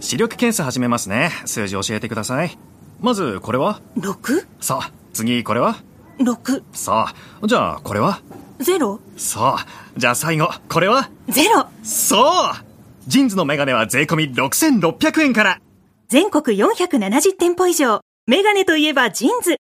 視力検査始めますね。数字教えてください。まず、これは 6? さあ、次、これは6さあ、じゃあ、これはゼロさあ、じゃあ最後、これはゼロそうジンズのメガネは税込み6600円から全国470店舗以上メガネといえばジーンズ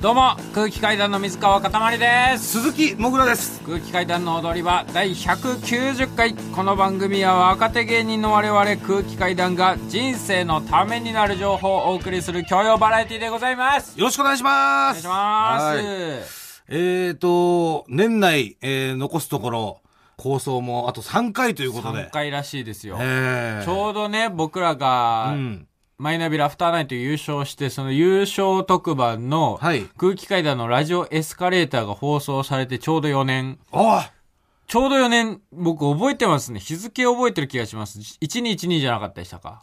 どうも空気階段の水川かたまりです鈴木もぐらです空気階段の踊り場第190回この番組は若手芸人の我々空気階段が人生のためになる情報をお送りする教養バラエティでございますよろしくお願いしまお願いすしますはいえーと、年内、えー残すところ、放送もあと3回ということで。 3回らしいですよ、えーちょうどね僕らが、うん。マイナビラフターナイト優勝して、その優勝特番のはい空気階段のラジオエスカレーターが放送されてちょうど4年。おいちょうど4年、僕覚えてますね。日付覚えてる気がします。1212じゃなかったでしたか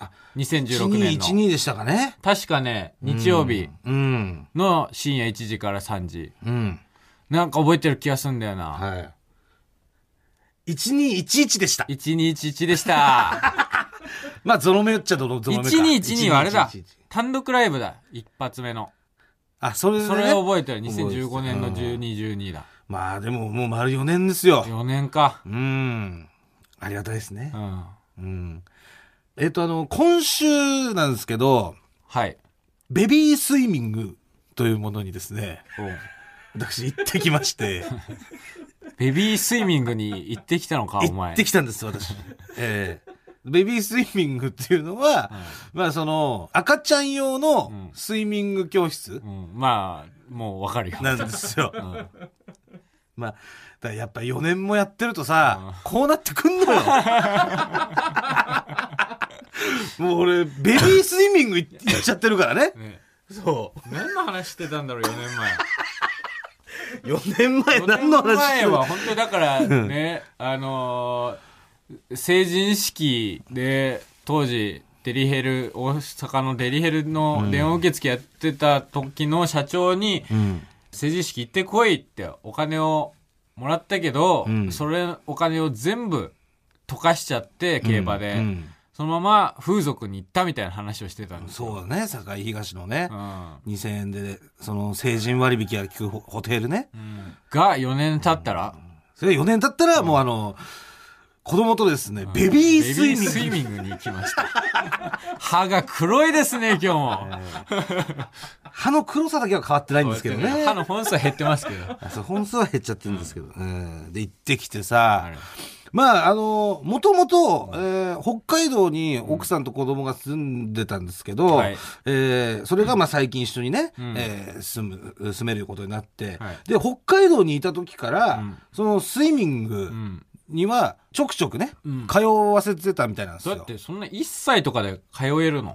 あ2016年の。 !1212 でしたかね確かね、日曜日うん。の深夜1時から3時。うん。なんか覚えてる気がすんだよな。はい。1211でした。 1211で した。まあ、ゾロ目っちゃゾロゾロ目か。 1212はあれだ1211。単独ライブだ。一発目の。あ、それでね。それを覚えてる。2015年のうん1212だ。まあ、でももう丸4年ですよ。 4年か。うん。ありがたいですねう。ん。うん。えっと、あの、今週なんですけど、はい。ベビースイミングというものにですね、お私行ってき まして、ベビースイミングに行ってきたのか、お行前。ってきたんです、 私。ええベビースイミングっていうのは、まあその、赤ちゃん用のうんスイミング教室うん、まあ、もうわかるよ。なんですよ。うん まあ、だからやっぱ4年もやってるとさ、こうなってくん のよ。もう俺、ベビースイミング行っちゃってるからね。ねそう。何の話してたんだろう、4年前。 4年前4 何の年話して前るは本当にだからね、あのー成人式で当時、デリヘル、大阪のデリヘルの電話受付やってた時の社長に、うん。成人式行ってこいってお金をもらったけど、うんそれお金を全部溶かしちゃって、競馬で。うんそのまま風俗に行ったみたいな話をしてたんですよ。そうだね、堺東のね。うん。 2000円で、その成人割引が効くホホテルね。が4年経ったら、それが4年経ったら、もうあの、子供とですね、ベビースイミベビング。ースイミングに行きました。 歯が黒いですね、今日も。歯の黒さだけは変わってないんですけどね。歯の本数は減ってますけど。あそう本数は減っちゃってるんですけど。うんで、行ってきてあされ、まあ、あの、もともと、えー北海道に奥さんと子供が住んでたんですけど、はいえーそれがまあ最近一緒にね、んえー住む、住めることになって、はいで、北海道にいた時から、うんそのスイミング、うん。にはちょくちょくね、うん通わせてたみたいなんですだよ。って、そんな1歳とかで通えるの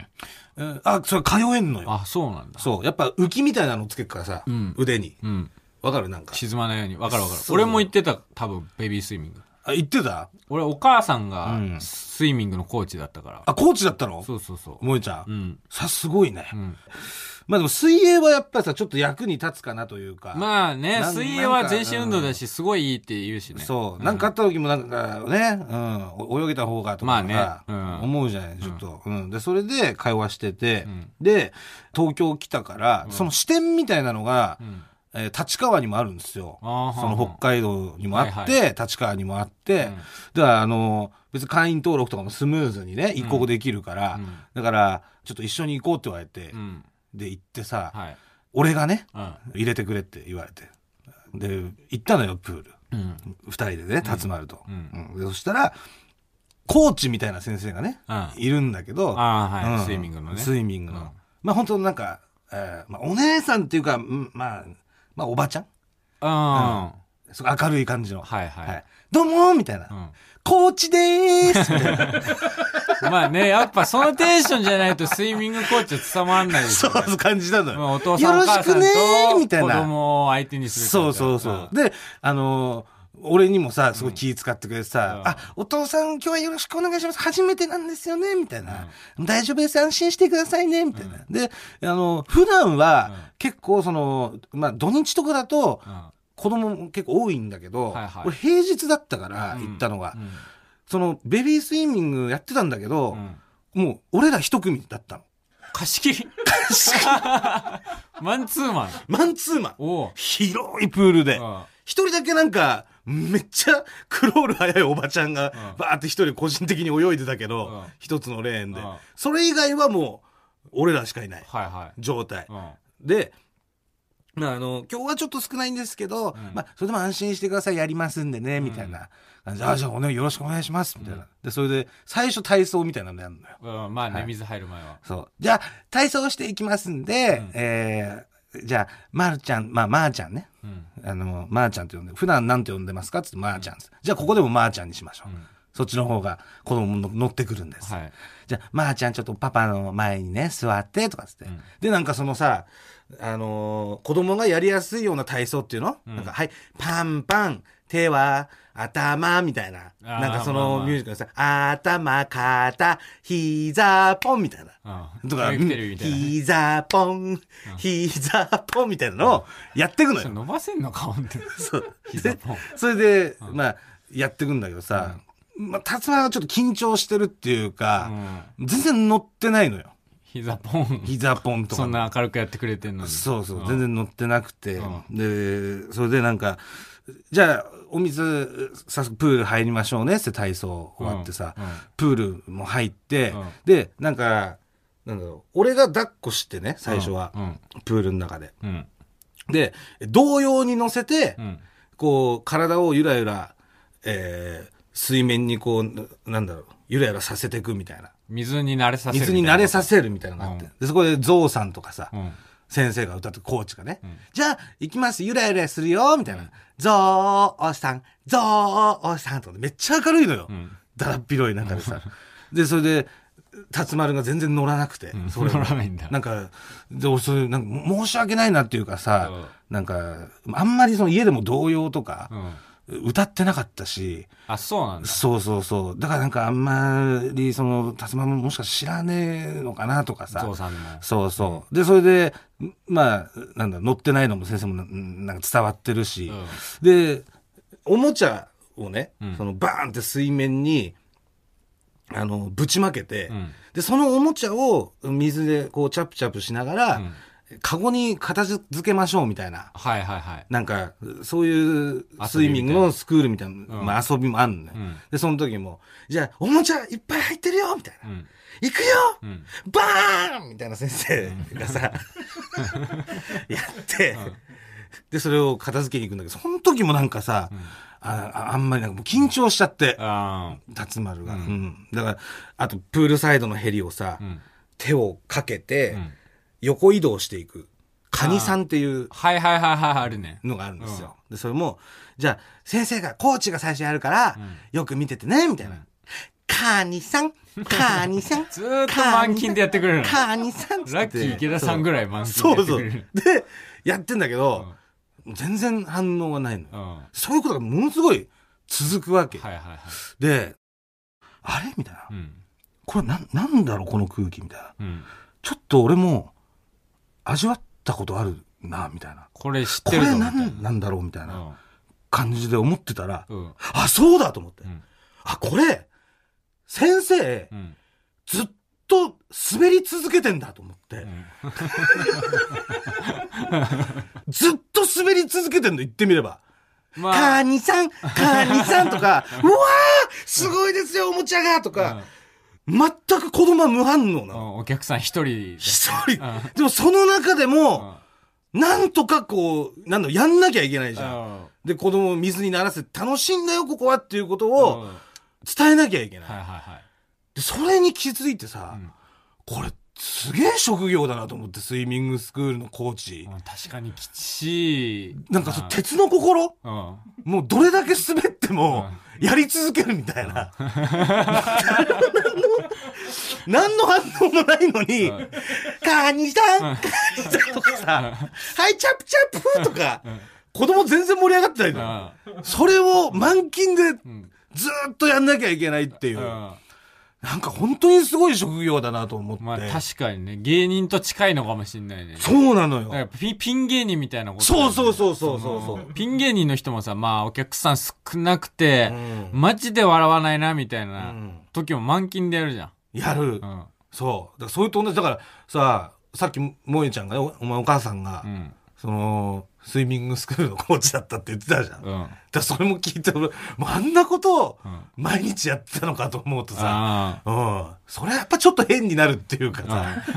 うんあ、それ通えんのよ。あ、そうなんだ。そう。やっぱ浮きみたいなのつけるからさ、ん腕に。うん。わかるなんか。沈まないように。わかるわかる。そう俺も行ってた、多分、ベビースイミング。あ、言ってた俺、お母さんがうんスイミングのコーチだったから。あ、コーチだったのそうそうそう。萌えちゃん。うん。さ、すごいね。うん。まあでも水泳はやっぱりさ、ちょっと役に立つかなというか。まあねな、ん水泳は全身運動だし、すごいいいって言うしね。そう。なんかあった時もなんかね、うん、お泳げた方がとかさ、まあねうん思うじゃない、ちょっと、うん。で、それで会話してて、で、東京来たから、その支店みたいなのが、んえー立川にもあるんですよ。そあーの北海道にもあって、はい立川にもあって、だからあの、別に会員登録とかもスムーズにね、一刻できるから、うんだから、ちょっと一緒に行こうって言われて、うん。で、行ってさ、はい。俺がね、うん。入れてくれって言われて。で、行ったのよ、プール。うん。二人でね、集まると。うんうんでそしたら、コーチみたいな先生がね、うんいるんだけど、ああ、はい、うんスイミングのね。スイミングの。うんまあ本当なんか、えーまあ、お姉さんっていうか、うんまあ、まあおばちゃんうん。はすごい明るい感じの。いはい。どうもーみたいな、うんコーチでーすみたいな。まあね、やっぱそのテンションじゃないとスイミングコーチは伝わん ないですそよね。うそう感じなのよ。まあお父さんおよろ母しくさんねーみとたい子な。供を相手にするってこそとうだそうそう。。で、あのー俺にもさ、すごい気使ってくれてさ、うんあ、お父さん今日はよろしくお願いします。初めてなんですよね、みたいな。大丈夫です。安心してくださいね、みたいな。で、あのー普段は、結構その、まあ、土日とかだと、うんうん子供も結構多いんだけど、はいはい俺平日だったから、うん行ったのが、うんそのベビースイミングやってたんだけど、もう俺ら一組だったの。貸し切り マンツーマン。マンツーマン。おう広いプールで。ああ一人だけなんか、めっちゃ クロール早いおばちゃんがうんバーって一人個人的に泳いでたけうどん、一つのレーンでうん。それ以外はもう、俺らしかいないはいはい。状態う。んで、まああの、今日はちょっと少ないんですけど、んまあ、それでも安心してください、やりますんでね、みたいな感じで、あ、じゃあお願いよろしくお願いします、みたいな。で、それで、最初体操みたいなのやるのよ。うん。まあね、はい水入る前は。そう。じゃあ、体操していきますんで、えーじゃあ、まるちゃん、まあ、まー、ちゃんね。うん。あの、まー、ちゃんと呼んで、普段なんて呼んでますかって言って、まーちゃんです。じゃあ、ここでもまーちゃんにしましょう。うんそっちの方が子供も乗ってくるんです。はい。じゃあ、まー、ちゃんちょっとパパの前にね、座って、とかっつって、うんで、なんかそのさ、あのー子供がやりやすいような体操っていうの、なんか、はい、パンパン、手は、頭、みたいな。あーなんかそまあのまあミュージックのさ、頭、肩、膝、ポン、みたいな。うん。とか、生きてるみたいなね。膝ポン、膝ポンみたいなのをやっていくのそれよ。伸ばせんのか、ほん とに。そう膝ポンでそれで、まあ、やっていくんだけどさ、まあ、達馬はちょっと緊張してるっていううか、ん。全然乗ってないのよ。膝ポン。膝ポンとか。そんな明るくやってくれてんのに。そうそう、ん全。然乗ってなくて、うで、それでなんか、じゃあ、お水、早速プール入りましょうねって体操終わってさ、うんうんプールも入って、うんで、なんか、なんだろう、俺が抱っこしてね、最初は、うんプールの中で。うん。で、同様に乗せて、うん。こう、体をゆらゆら、えー水面にこう、ななんだろう、ゆらゆらさせていくみたいな。水に慣れさせるみた水いな。に慣れさせるみたいなのがあって。うんで、そこでゾウさんとかさ、うん。先生が歌って、コーチがね、んじゃあ、行きます、ゆらゆらするよ、みたいな。ゾウさん、ゾウさんとか、めっちゃ明るいのよ。んだらっ広い中でさ。で、それで、辰丸が全然乗らなくて、うんそれ に乗らないんだなんか、で、俺それ、なんか、申し訳ないなっていうかさ、うんなんか、あんまりその家でも童謡とかう、ん。歌ってなかったし、あ、そうなんだ。そうそうそう。だからなんかあんまり、その、辰丸ももしかして知らねえのかなとかさ、ゾウさんも。そうそう。で、それで、んまあ、なんだ、乗ってないのも先生もななんか伝わってるし、うんで、おもちゃをね、うんそのバーンって水面に、あの、ぶちまけて、うんで、そのおもちゃを水でこう、チャプチャプしながら、カゴに片付けましょうみたいな。はいはいはい。なんか、そういうスイミングのスクールみたいな、うんまあ遊びもあるのね、うんで、その時も、じゃあ、おもちゃいっぱい入ってるよみたいな。うん。行くよ、うん。バーンみたいな先生が さ、やって、で、それを片付けに行くんだけど、その時もなんかさ、あああんまりなんかもう緊張しちゃって、あ辰丸が、うんだから、あと、プールサイドのヘリをさ、ん手をかけてーうん。、横移動していく、カニさんっていうはいはいはいはい、あるね。。のがあるんですよ。で、それも、じゃあ、先生が、コーチが最初やるから、よく見ててね、みたいな。カニさん、カニさんずーっと満勤でやってくれるの。カニさんっつってラッキー池田さんぐらい満勤そでやうってそくう。れる。で、やってんだけど、全然反応がないのよ。うん。はそういうことがものすごい続くわけ。いはいはい。で、あれみたいなう。ん。これな、なんだろうこの空気みたいな。うん。ちょっと俺も、味わったことあるな、みたいな。これ知っこてるれぞみたないな。んなんだろうみたいなうん感じで思ってたら、うん。あ、そうだと思ってうん。あ、これ、先生う、ん。ずっと滑り続けてんだと思ってう。ん。ずっと滑り続けてんの、言ってみれば。カまーあ、ニ さん、カーニさんとか、うわーすごいですよ、おもちゃがとか、全く子供は無反応なうんの。お客さん一人で。一人。でもその中でも、なんとかこう、なんだろう、やんなきゃいけないじゃん。ん。で、子供を水に慣らせて楽しいんだよ、ここはっていうことをうん伝えなきゃいけはいなはいい。はい。で、それに気づいてさうん、これ、すげえ職業だなと思って、スイミングスクールのコーチ。うん確かにきちい。なんかそう、鉄のう心ん。もうどれだけ滑っても、やり続けるみたいな。 何の反応もないのにうん、カニさん、カニさんとかさ、はい、チャプチャプとか、子供全然盛り上がってないの。それを満勤でんずーっとやんなきゃいけないっていうう。ん。うんなんか本当にすごい職業だなと思って。まあ確かにね、芸人と近いのかもしれないね。そうなのだよ。からピピン芸人みたいなことだよそうね、そうそうそうそうそう。ピン芸人の人もさ、まあお客さん少なくて、うマジで笑わないなみたいうなん時も満勤でやるじゃん。やる。うん。そう。だからそれと同じ。だからさ、さっき萌えちゃんがね、おお前お母さんが、うん。その、スイミングスクールのコーチだったって言ってたじゃん。うだかん。らそれも聞いて、俺もうあんなことをうん毎日やってたのかと思うとさ、あうん。それはやっぱちょっと変になるっていうかさ、ー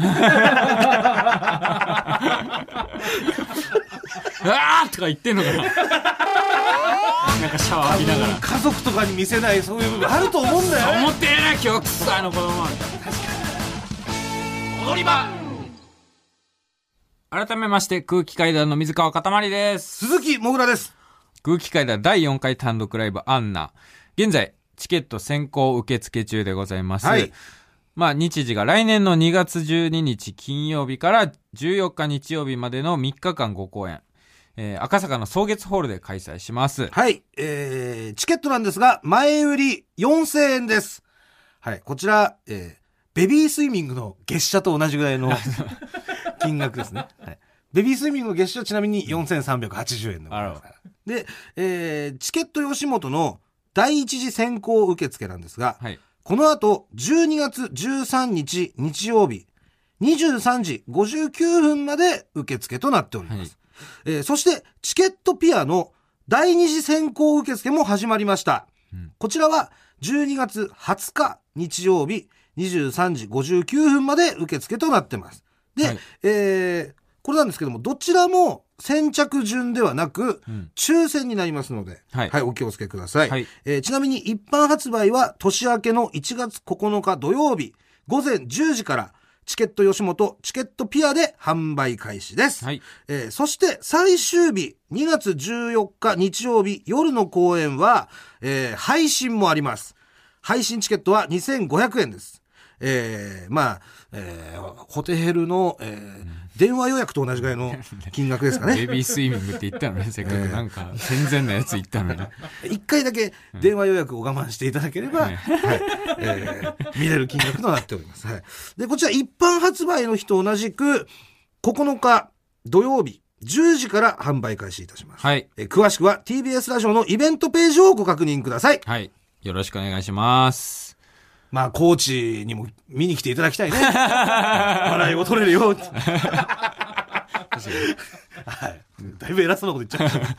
あーとか言ってんの かななんかシャワー浴びながら。家族とかに見せないそういう部分あると思うんだよね。思ってるな今日クソあの子供は踊り場改めまして空気階段の水川かたまりです鈴木もぐらです。空気階段第4回単独ライブアンナ現在チケット先行受付中でございます、はいまあ日時が来年の2月12日金曜日から14日日曜日までの3日間ご公演、えー赤坂の草月ホールで開催しますはい、えー、チケットなんですが、前売り4000円です。はい、こちら、えー、ベビースイミングの月謝と同じぐら いの金額ですね。はいベビースイミングの月謝はちなみに4380円でございます。で、えー、チケット吉本の第一次選考受付なんですが、はいこの後、12月13日日曜日、23時59分まで受付となっております。えーそして、チケットピアの第二次選考受付も始まりました。うんこちらは、12月20日日曜日、23時59分まで受付となってます。で、はいえーこれなんですけども、どちらも先着順ではなく、うん抽選になりますので、はいお気をつけください。はいえーちなみに一般発売は年明けの1月9日土曜日午前10時からチケット吉本チケットピアで販売開始です。はいえーそして最終日2月14日日曜日夜の公演は、えー配信もあります。配信チケットは2500円です。えーまあ、えーホテルの、えー電話予約と同じぐらいの金額ですかねベ。ビースイミングって言ったのね、せっかくなん か、戦前のやつ言ったのに。一回だけ電話予約を我慢していただければ、うんはい えー見れる金額となっております。はい、でこちら一般発売の日と同じく9日土曜日10時から販売開始いたします。はい。えー詳しくは TBS ラジオのイベントページをご確認ください。はい。よろしくお願いします。まあ、コーチにも見に来ていただきたい ね。笑いを取れるよ。はい。だいぶ偉そうなこと言っちゃった。 盗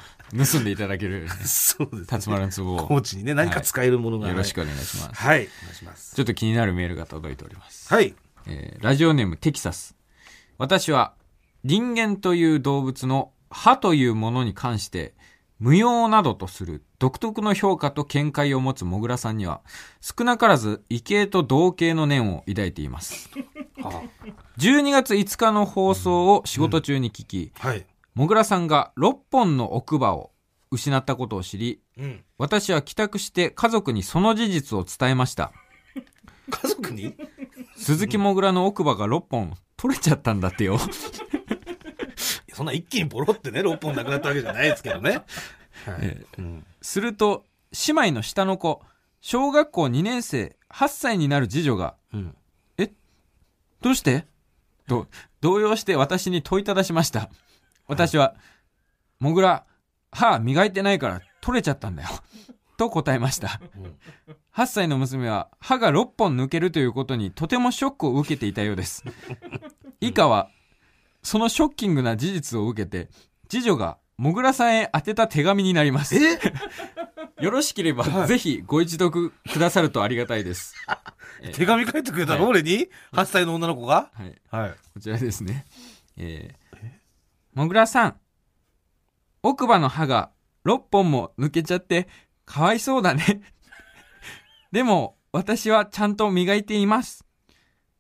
んでいただける、そうです、ね。辰丸の壺コーチにね、何か使えるものを。が、よろしくはい。お願いします。はい。お願いします。ちょっと気になるメールが届いております。はい。えーラジオネームテキサス。私は、人間という動物の歯というものに関して、無用などとする独特の評価と見解を持つもぐらさんには、少なからず異形と同形の念を抱いています。12月5日の放送を仕事中に聞き、はい。もぐらさんが6本の奥歯を失ったことを知り、うん。私は帰宅して家族にその事実を伝えました。家族に 鈴木もぐらの奥歯が6本取れちゃったんだってよ。そんな一気にボロってね、6本なくなったわけじゃないですけどね。はい。うんすると、姉妹の下の子、小学校2年生、8歳になる次女が、うん。どうしてと、動揺して私に問いただしました。私は、もぐら、歯磨いてないから取れちゃったんだよ。と答えました。8歳の娘は歯が6本抜けるということにとてもショックを受けていたようです。以下は、そのショッキングな事実を受けて、次女がもぐらさんへ宛てた手紙になります。え よろしければ、ぜひご一読くださるとありがたいです。手紙書いてくれたの、はい俺に ?8 歳の女の子がはい。はい。こちらですね。えーもぐらさん、奥歯の歯が6本も抜けちゃって、かわいそうだね。 でも、私はちゃんと磨いています。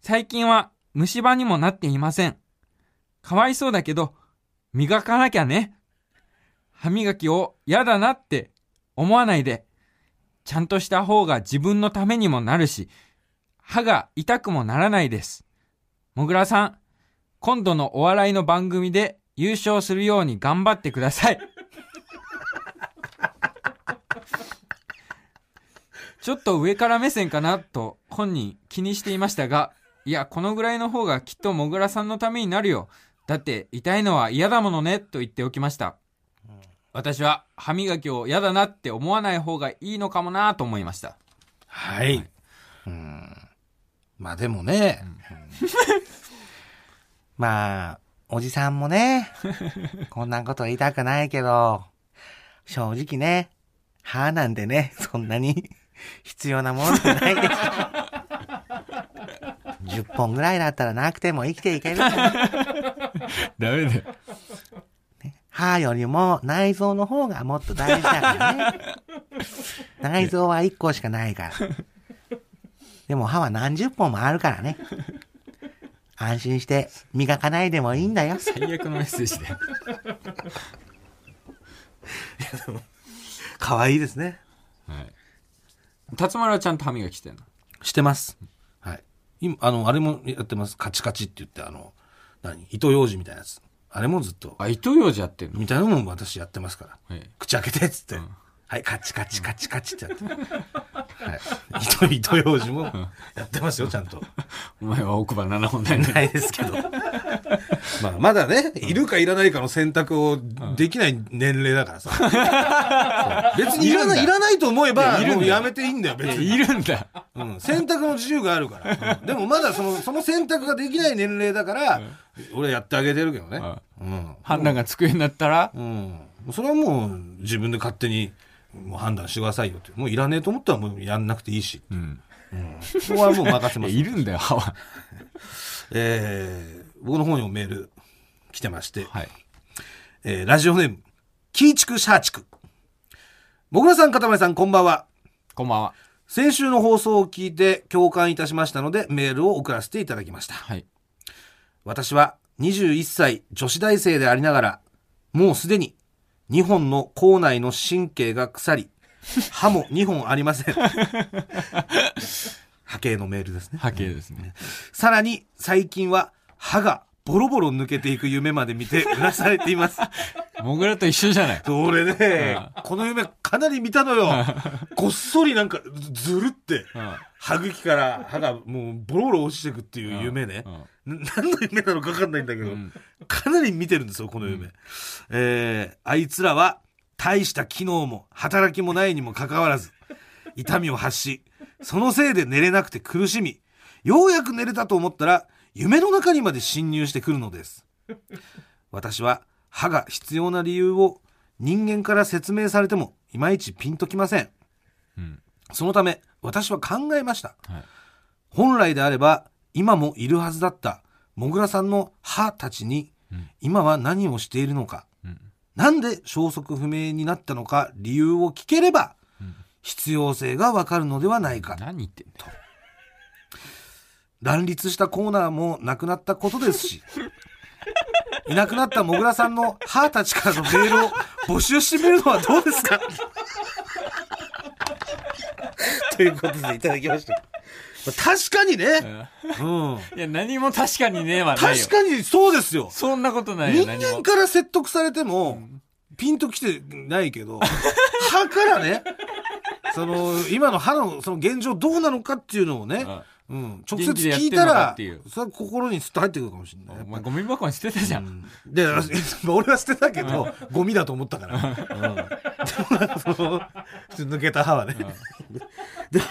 最近は虫歯にもなっていません。かわいそうだけど、磨かなきゃね。歯磨きを嫌だなって思わないで、ちゃんとした方が自分のためにもなるし、歯が痛くもならないです。もぐらさん、今度のお笑いの番組で優勝するように頑張ってく ださい。ちょっと上から目線かなと本人気にしていましたが、いや、このぐらいの方がきっともぐらさんのためになるよ。だって痛いのは嫌だものねと言っておきました。私は歯磨きを嫌だなって思わない方がいいのかもなと思いました。はい。うん。まあでもね。うんまあ、おじさんもね、こんなこと言いたくないけど、正直ね、歯なんてね、そんなに 必要なものじゃないです。10本ぐらいだったらなくても生きていける。ダメだよ。歯よりも内臓の方がもっと大事だからね。内臓は1個しかないから。でも歯は何十本もあるからね。安心して磨かないでもいいんだよ。最悪のメッセージで。可愛いですね。辰丸はちゃんと歯磨きしてんの。してます。はい。今、あの、あれもやってます。カチカチって言って、あの、何糸ようじみたいなやつ。あれもずっと、あ、糸ようじやってんの、みたいなのも私やってますから。はい口開けてっつって、はい、カチカチカチカチって やって。はい。糸、糸ようじもやってますよ、ちゃんと。お前は奥歯7本だよね。ないですけど。まあ、まだね、いるかいらないかの選択をできない年齢だから さ。そう別にいらない、いらないと思えば、もうやめていいんだよ、別に。いるんだ。うん、選択の自由があるから。でもまだその、その選択ができない年齢だから、俺やってあげてるけどね。うん。 判断がつくようになったら、うん。それはもう自分で勝手にもう判断してくださいよって。もういらねえと思ったらもうやんなくていいし。うん。そこはもう任せいまや す。いるんだよ、歯は。えー、僕の方にもメール来てまして、はい。えー、ラジオネーム、キーチクシャーチク。もぐらさん、かたまりさん、こんばんは。こんばんは。先週の放送を聞いて共感いたしましたので、メールを送らせていただきました。はい。私は21歳女子大生でありながら、もうすでに2本の口内の神経が腐り、歯も2本ありま せん。波形のメールですね。波形ですね。さらに最近は歯がボロボロ抜けていく夢まで見てうなされています。もぐらと一緒じゃない。俺ね、この夢かなり見たのよ。ごっそりなんかずずるってん、歯茎から歯がもうボロボロ落ちてくっていう夢ね。な何の夢なのか分かんないんだけど、かなり見てるんですよ、この夢。えーあいつらは大した機能も働きもないにもかかわらず、痛みを発し、そのせいで寝れなくて苦しみ、ようやく寝れたと思ったら、夢の中にまで侵入してくるのです。私は歯が必要な理由を人間から説明されてもいまいちピンときません。んそのため私は考えました。はい本来であれば今もいるはずだったもぐらさんの歯たちに今は何をしているのか、なんで消息不明になったのか理由を聞ければ必要性がわかるのではないか。何言ってんだよ乱立したコーナーもなくなったことですし、 いなくなったもぐらさんの母たちからのメールを募集してみるのはどうですか ということでいただきました。まあ確かにね。うん。いや、何も確かにねえはないよ。確かにそうですよ。そんなことないよ、人何も間。から説得されても、ピンときてないけ ど、歯からね、その、今の歯のその現状どうなのかっていうのをね、うん、直元接気でやっ聞ていんのたからっていう、それは心にスッと入ってくるかもしれないお。前ゴミ箱に捨てたじゃん。で、 俺は捨てたけど、ゴミだと思ったから。うんでもなんかその、抜けた歯はね。でも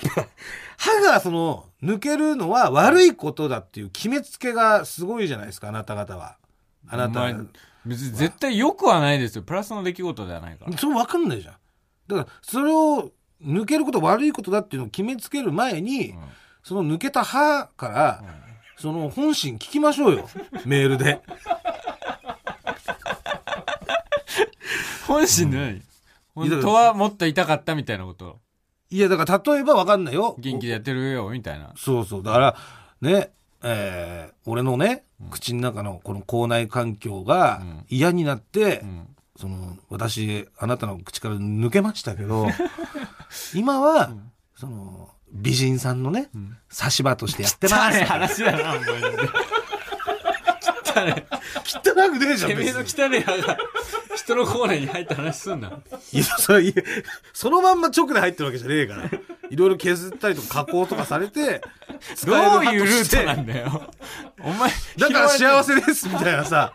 歯がその、抜けるのは悪いことだっていう決めつけがすごいじゃないですか、あなた方は。あなたお前別に絶対良くはないですよ。プラスの出来事ではないから。それ分かんないじゃん。だから、それを抜けること悪いことだっていうのを決めつける前に、その抜けた歯から、その本心聞きましょうよ。メールで。本心でない。ん本当はもっと痛かったみたいなこと。いや、だから例えば分かんないよ。元気でやってるよ、みたいな。そうそう。だから、ね、えー俺のね、口の中のこの口内環境が嫌になって、んその、私、あなたの口から抜けました けど、今は、その、美人さんのね、差し歯としてやってます。話だな、お前。 汚くねえじゃん。てめえ別のに汚い話。人のコーナーに入った話すんな。いやそれいやそのまんま直で入ってるわけじゃねえから。いろいろ削ったりとか加工とかさ れて、どういうルートなだんだよ。お前、だから幸せ。せですみたい なさ。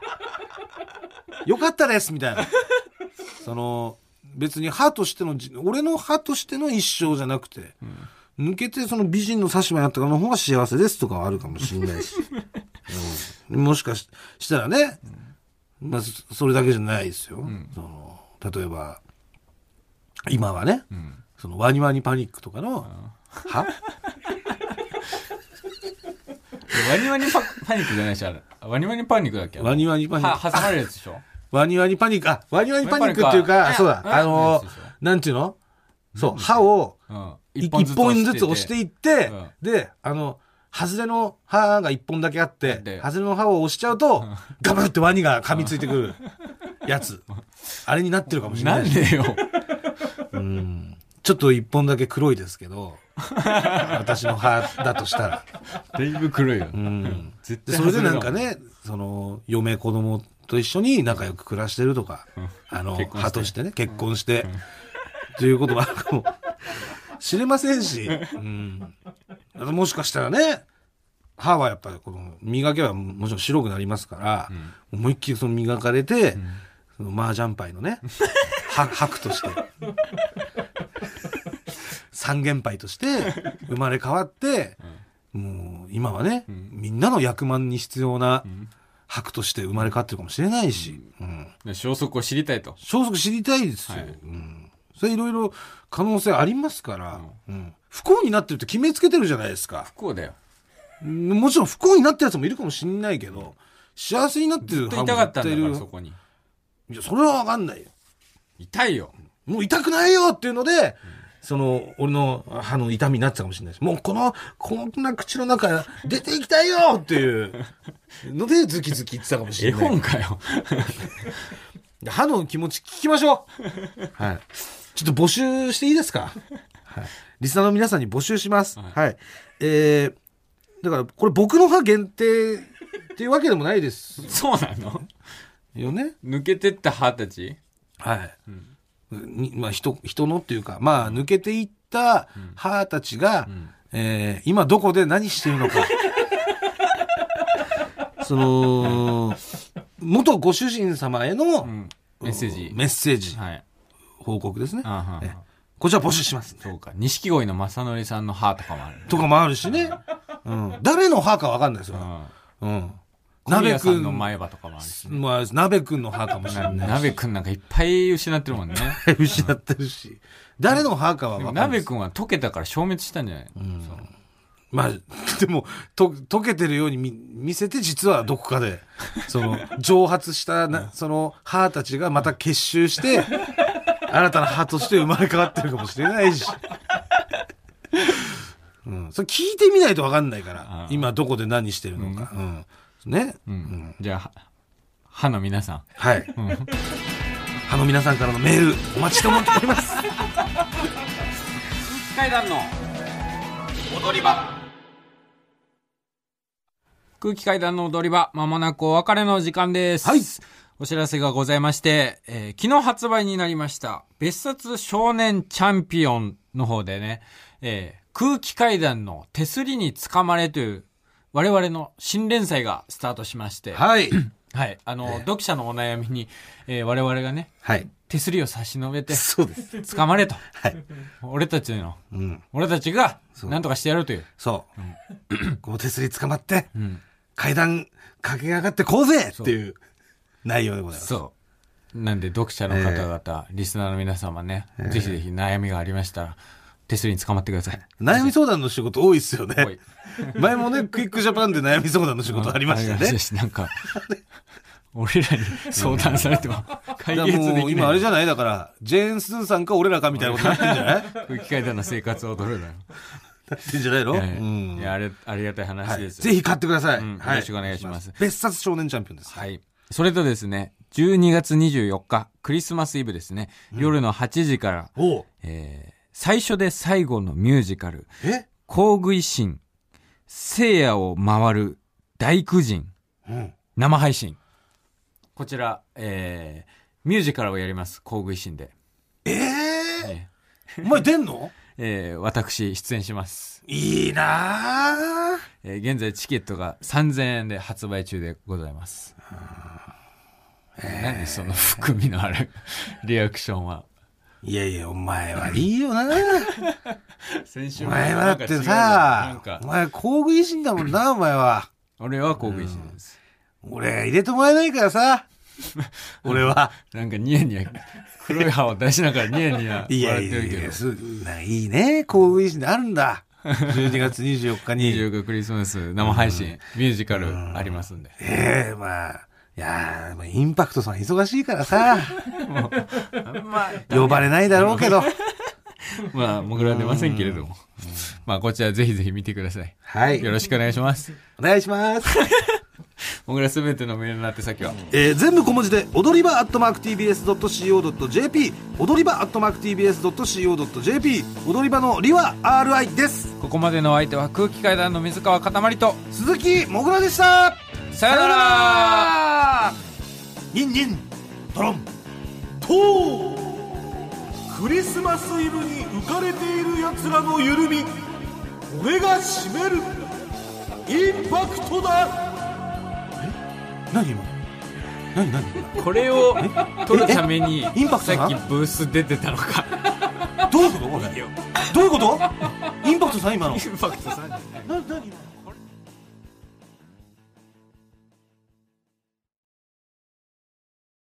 よかったですみたいな。その、別に歯としてのじ、俺の歯としての一生じゃなくて、抜けてその美人の差し歯になったかの方が幸せですとかはあるかもしれな いし。うんもしかししたらね、まあ、そそれだけじゃないですよ。その例えば、今はね、んそのワニワニパニックとかの歯ワニワニパパニックじゃないし、あれ。ワニワニパニックだっけワニワニパニックは、。挟まれるやつでしょワニワニパニック、あ、ワニワニパニックっていうワニパニッか、クそうだ、ああのあそうでしょ、なんていうのそう、歯をうん。一本ずつ押していってうん、で、あの、外れの歯が一本だけあってで、外れの歯を押しちゃうと、ガブってワニが噛みついてくるやつ。あれになってるかもしれなないんし。でよ。うんちょっと一本だけ黒いですけど、私の歯だとしたら。だいぶ黒いよ。うん絶で対それでなんかねその嫁子供と一緒に仲良く暮らしてるとか、あの結婚して派としてね結婚して、ということもあるかもしれませんし、うん、あともしかしたらね歯はやっぱりこの磨けばもちろん白くなりますから、思いっきりその磨かれて、その麻雀牌のねは白 として三元牌として生まれ変わって、もう今はね、みんなの役満に必要な白として生まれ変わってるかもしれないし、うんで消息を知りたいと。消息知りたいですよ。はいうん、それいろいろ可能性ありますから、うん不幸になってるって決めつけてるじゃないですか。こうだよ。うんもちろん不幸になったやつもいるかもしれないけど、幸せになってずるっ歯とも痛かったん絶だ対いかるら、そこに。いや、それはわかんないよ。痛いよ。もう痛くないよっていうので、その、俺の歯の痛みになってたかもしれないし、もうこの、こんな口の中出ていきたいよっていうので、ズキズキ言ってたかもし絵れない本。かよ。 歯の気持ち聞きましょう。はい。ちょっと募集していいですかはい。リスナーの皆さんに募集します。はい。えー、だから、これ僕の歯限定っていうわけでもないですそうなのよね。抜けてった歯たちはい。にまあ、人、人のっていうか、まあ、抜けていった母たちが、えー今どこで何してる のか。その、元ご主人様への、うん。メッセージ。メッセージ、はい。報告ですね。あはえこちら募集します。そうか。錦鯉の正則さんの歯とかもある。とかもあるしね。うん。誰の歯かわかんないですよ。うん。なべ鍋くくんんの、前歯とかもあるし。まあ、鍋くんの歯かもしれない。なべくんなんかいっぱい失ってるもんね。 失ってるし。誰の歯かはわでかもんなないでべす。くんは溶けたから消滅したんじゃないそうまあ、 でも、と、溶けてるように見、見せて、実はどこかで、その、蒸発したな、その、歯たちがまた結集 して、新たな歯として生まれ変わってるかもしれない し。うん。それ聞いてみないとわかんないからあ、ー今どこで何してるのか。うん。ね。うん。じゃあ、歯の皆さん。はい。歯の皆さんからのメール、お待ちしております。階段の踊り場空気階段の踊り場、まもなくお別れの時間です。はいお知らせがございまして、えー昨日発売になりました、別冊少年チャンピオンの方でね、えー空気階段の手すりにつかまれという、我々の新連載がスタートしまして、はい。 はい。あの、読者のお悩みに、えー我々がね、はい。手すりを差し伸べて、 そうです。つかま れと。はい。俺たちのうん。俺たちが、うなんとかしてやるという。そう。こう手すり捕まって、ん階段駆け上がってこうぜっていう内容でございます。そう。なんで、読者の方々、リスナーの皆様ね、ぜひぜひ悩みがありましたら、手すりに捕まってください。悩み相談の仕事多いっすよおいね。 前もね、クイックジャパンで悩み相談の仕事ありましたよありねま。なん か、俺らに相談されても、解だか決らできなも。いう今あれじゃないだから、ジェーン・スーさんか俺らかみたいなことになってんじ ゃない空気階段の生活を踊るだろ。なってんじゃ ないのうええんい。や、あれ、ありがたいは話いですよ。ぜひ買ってください。うんはよろしくお願いします別冊少年チャンピオンです。はい。それとですね、12月24日、クリスマスイブですね、夜の8時から、おうえー最初で最後のミュージカル、え工具維新、聖夜を回る大工人、うん。生配信。こちら、えーミュージカルをやります。工具維新で。えええお前出んのえー私、出演します。いいなあえー現在、チケットが3000円で発売中でございます。何その含みのある リアクションは。いやいや、お前はいい よな先週お前はだってさ、お前工具維新だもんな、お前は。俺は工具維新です。俺入れてもらえないか らさ。俺は。なんかニヤニヤ、黒い歯を出しながらニヤニヤいや笑っいてやるいけや、ど。すないいね。工具維新であるんだ。12月24日に。 29クリスマス生配信、ミュージカルありますんで。ええまあ。いやーまあインパクトさん忙しいから さ、呼ばれないだろう けど。まあ、もぐら出ませんけれども。まあ、こちらぜひぜひ見てください。はいよ。ろしくお願いします。お願いします。もぐらすべてのメールの宛先は、えー全部小文字で踊り場アットマーク TBS.CO.JP 踊り場アットマーク TBS.CO.JP 踊り場のりは RI ですここまでのお相手は空気階段の水川かたまりと、鈴木もぐらでしたさよならニンニントロントークリスマスイブに浮かれている奴らの緩み俺が締めるインパクトだ何今何何これを撮るために、えインパクトさなっきブース出てたのか。どういうことこれどういうことインパクトさん今イのンパクトさん